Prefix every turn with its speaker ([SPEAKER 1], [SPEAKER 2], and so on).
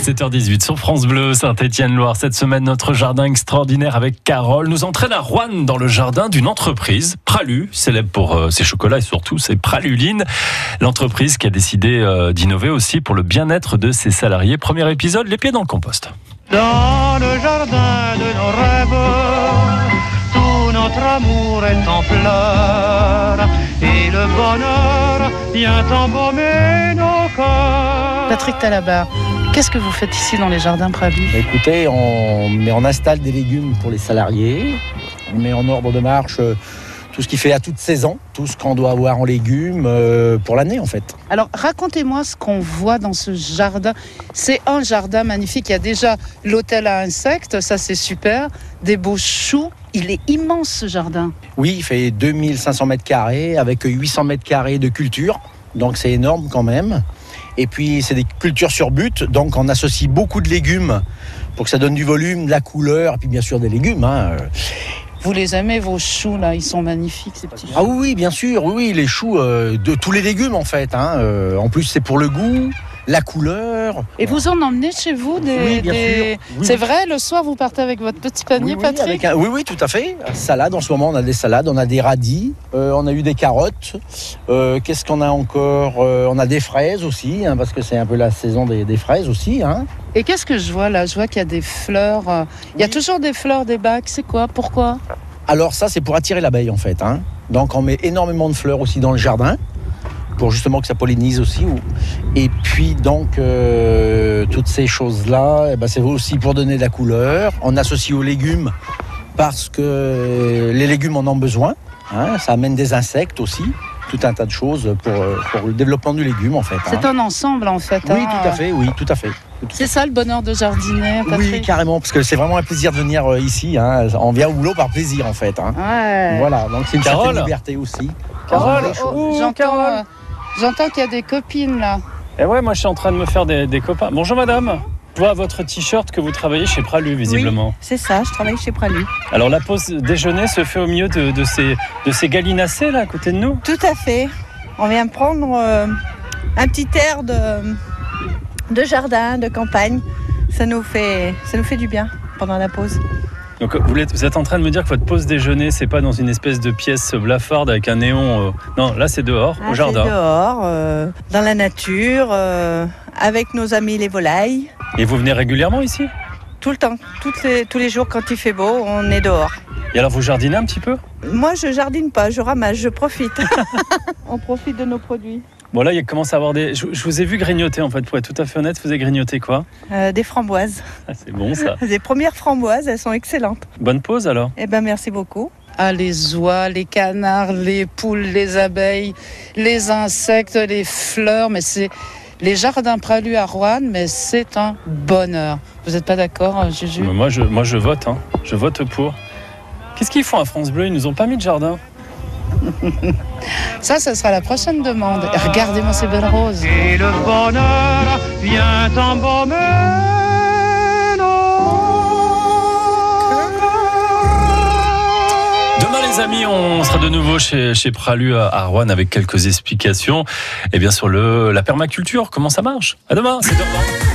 [SPEAKER 1] 7h18 sur France Bleu, Saint-Étienne-Loire. Cette semaine, notre jardin extraordinaire avec Carole nous entraîne à Rouen dans le jardin d'une entreprise, Pralu, célèbre pour euh, ses chocolats et surtout ses pralulines. L'entreprise qui a décidé euh, d'innover aussi pour le bien-être de ses salariés. Premier épisode, les pieds dans le compost.
[SPEAKER 2] Dans le jardin de nos rêves, tout notre amour est en fleurs et le bonheur vient embaumer nos cœurs.
[SPEAKER 3] Patrick Talabar, qu'est-ce que vous faites ici dans les jardins Prabu
[SPEAKER 4] Bah, Écoutez, on, mais on installe des légumes pour les salariés, on met en ordre de marche euh, tout ce qui fait à toute saison, tout ce qu'on doit avoir en légumes euh, pour l'année en fait.
[SPEAKER 3] Alors racontez-moi ce qu'on voit dans ce jardin. C'est un jardin magnifique. Il y a déjà l'hôtel à insectes, ça c'est super. Des beaux choux. Il est immense ce jardin.
[SPEAKER 4] Oui, il fait 2500 mètres carrés avec 800 mètres carrés de culture, donc c'est énorme quand même. Et puis c'est des cultures sur but, donc on associe beaucoup de légumes pour que ça donne du volume, de la couleur, et puis bien sûr des légumes. hein, euh,
[SPEAKER 3] Vous les aimez vos choux là Ils sont magnifiques ces petits. choux.
[SPEAKER 4] Ah oui, oui, bien sûr, oui, oui, les choux euh, de tous les légumes en fait. hein, euh, en plus, c'est pour le goût, la couleur.
[SPEAKER 3] Et vous en emmenez chez vous des.
[SPEAKER 4] Oui, bien
[SPEAKER 3] des-
[SPEAKER 4] sûr. Oui,
[SPEAKER 3] C'est
[SPEAKER 4] oui.
[SPEAKER 3] vrai, le soir vous partez avec votre petit
[SPEAKER 4] Oui,
[SPEAKER 3] panier,
[SPEAKER 4] oui,
[SPEAKER 3] Patrick
[SPEAKER 4] avec un- oui, oui, tout à fait. Salade, en ce moment, on a des salades, on a des radis, euh, on a eu des carottes. Euh, Qu'est-ce qu'on a encore Euh, On a des fraises aussi, hein, parce que c'est un peu la saison des, des fraises aussi. hein.
[SPEAKER 3] Et qu'est-ce que je vois là Je vois qu'il y a des fleurs. euh, Il y a
[SPEAKER 4] Oui.
[SPEAKER 3] toujours des fleurs, des bacs. C'est quoi Pourquoi
[SPEAKER 4] Alors ça, c'est pour attirer l'abeille, en fait. hein. Donc on met énormément de fleurs aussi dans le jardin, pour justement que ça pollinise aussi. ou- Et puis, donc, euh, toutes ces choses-là, eh ben, c'est aussi pour donner de la couleur. On associe aux légumes, parce que les légumes en ont besoin. hein. Ça amène des insectes aussi, tout un tas de choses pour, euh, pour le développement du légume, en fait. hein.
[SPEAKER 3] C'est un ensemble en fait.
[SPEAKER 4] Oui,
[SPEAKER 3] hein.
[SPEAKER 4] tout à fait, oui, tout à fait.
[SPEAKER 3] C'est ça le bonheur de jardiner, Patrick
[SPEAKER 4] Oui, carrément, parce que c'est vraiment un plaisir de venir euh, ici. hein. On vient au boulot par plaisir, en fait. hein.
[SPEAKER 3] Ouais.
[SPEAKER 4] Voilà, donc c'est une
[SPEAKER 1] Carole
[SPEAKER 4] certaine liberté aussi.
[SPEAKER 1] Carole,
[SPEAKER 3] Oh,
[SPEAKER 4] Carole,
[SPEAKER 3] oh,
[SPEAKER 1] oh,
[SPEAKER 3] j'entends,
[SPEAKER 1] Carole.
[SPEAKER 3] euh, j'entends qu'il y a des copines là.
[SPEAKER 1] Et Eh ouais, moi je suis en train de me faire des, des copains. Bonjour madame. Je vois votre t-shirt que vous travaillez chez Pralu visiblement.
[SPEAKER 5] C'est ça, je travaille chez Pralu.
[SPEAKER 1] Alors la pause déjeuner se fait au milieu de, de ces, de ces gallinacés là à côté de nous.
[SPEAKER 5] Tout à fait. On vient prendre euh, un petit air de, de jardin, de campagne. Ça nous, fait, ça nous fait du bien pendant la pause.
[SPEAKER 1] Donc euh, vous l'êtes- vous êtes en train de me dire que votre pause déjeuner c'est pas dans une espèce de pièce blafarde avec un néon. euh, Non, là c'est dehors,
[SPEAKER 5] Hein,
[SPEAKER 1] au
[SPEAKER 5] c'est
[SPEAKER 1] jardin.
[SPEAKER 5] Dehors, euh, dans la nature, euh, avec nos amis les volailles.
[SPEAKER 1] Et vous venez régulièrement ici
[SPEAKER 5] Tout le temps, toutes les- tous les jours quand il fait beau, on est dehors.
[SPEAKER 1] Et alors vous jardinez un petit peu
[SPEAKER 5] Moi, je jardine pas, je ramasse, je profite. on profite de nos produits.
[SPEAKER 1] Bon là il commence à avoir des. Je, je vous ai vu grignoter en fait. Pour être tout à fait honnête, vous avez grignoté quoi
[SPEAKER 5] Euh, des framboises.
[SPEAKER 1] Ah, C'est bon ça.
[SPEAKER 5] Les premières framboises, elles sont excellentes.
[SPEAKER 1] Bonne pause alors.
[SPEAKER 5] Eh ben, merci beaucoup.
[SPEAKER 3] Ah, les oies, les canards, les poules, les abeilles, les insectes, les fleurs, mais c'est les jardins pralus à Rouen, mais c'est un bonheur. Vous n'êtes pas d'accord, euh, Juju
[SPEAKER 1] Mais Moi je, moi je vote, hein. je vote pour. Qu'est-ce qu'ils font à France Bleu Ils nous ont pas mis de jardin.
[SPEAKER 3] Ça, ça sera la prochaine demande. Et Regardez-moi ces belles roses.
[SPEAKER 2] Et le bonheur vient embaumer nos cœurs.
[SPEAKER 1] Demain les amis, on sera de nouveau chez, chez Pralu à, à Rouen avec quelques explications. Et bien sur le, la permaculture, comment ça marche À demain, 7h20.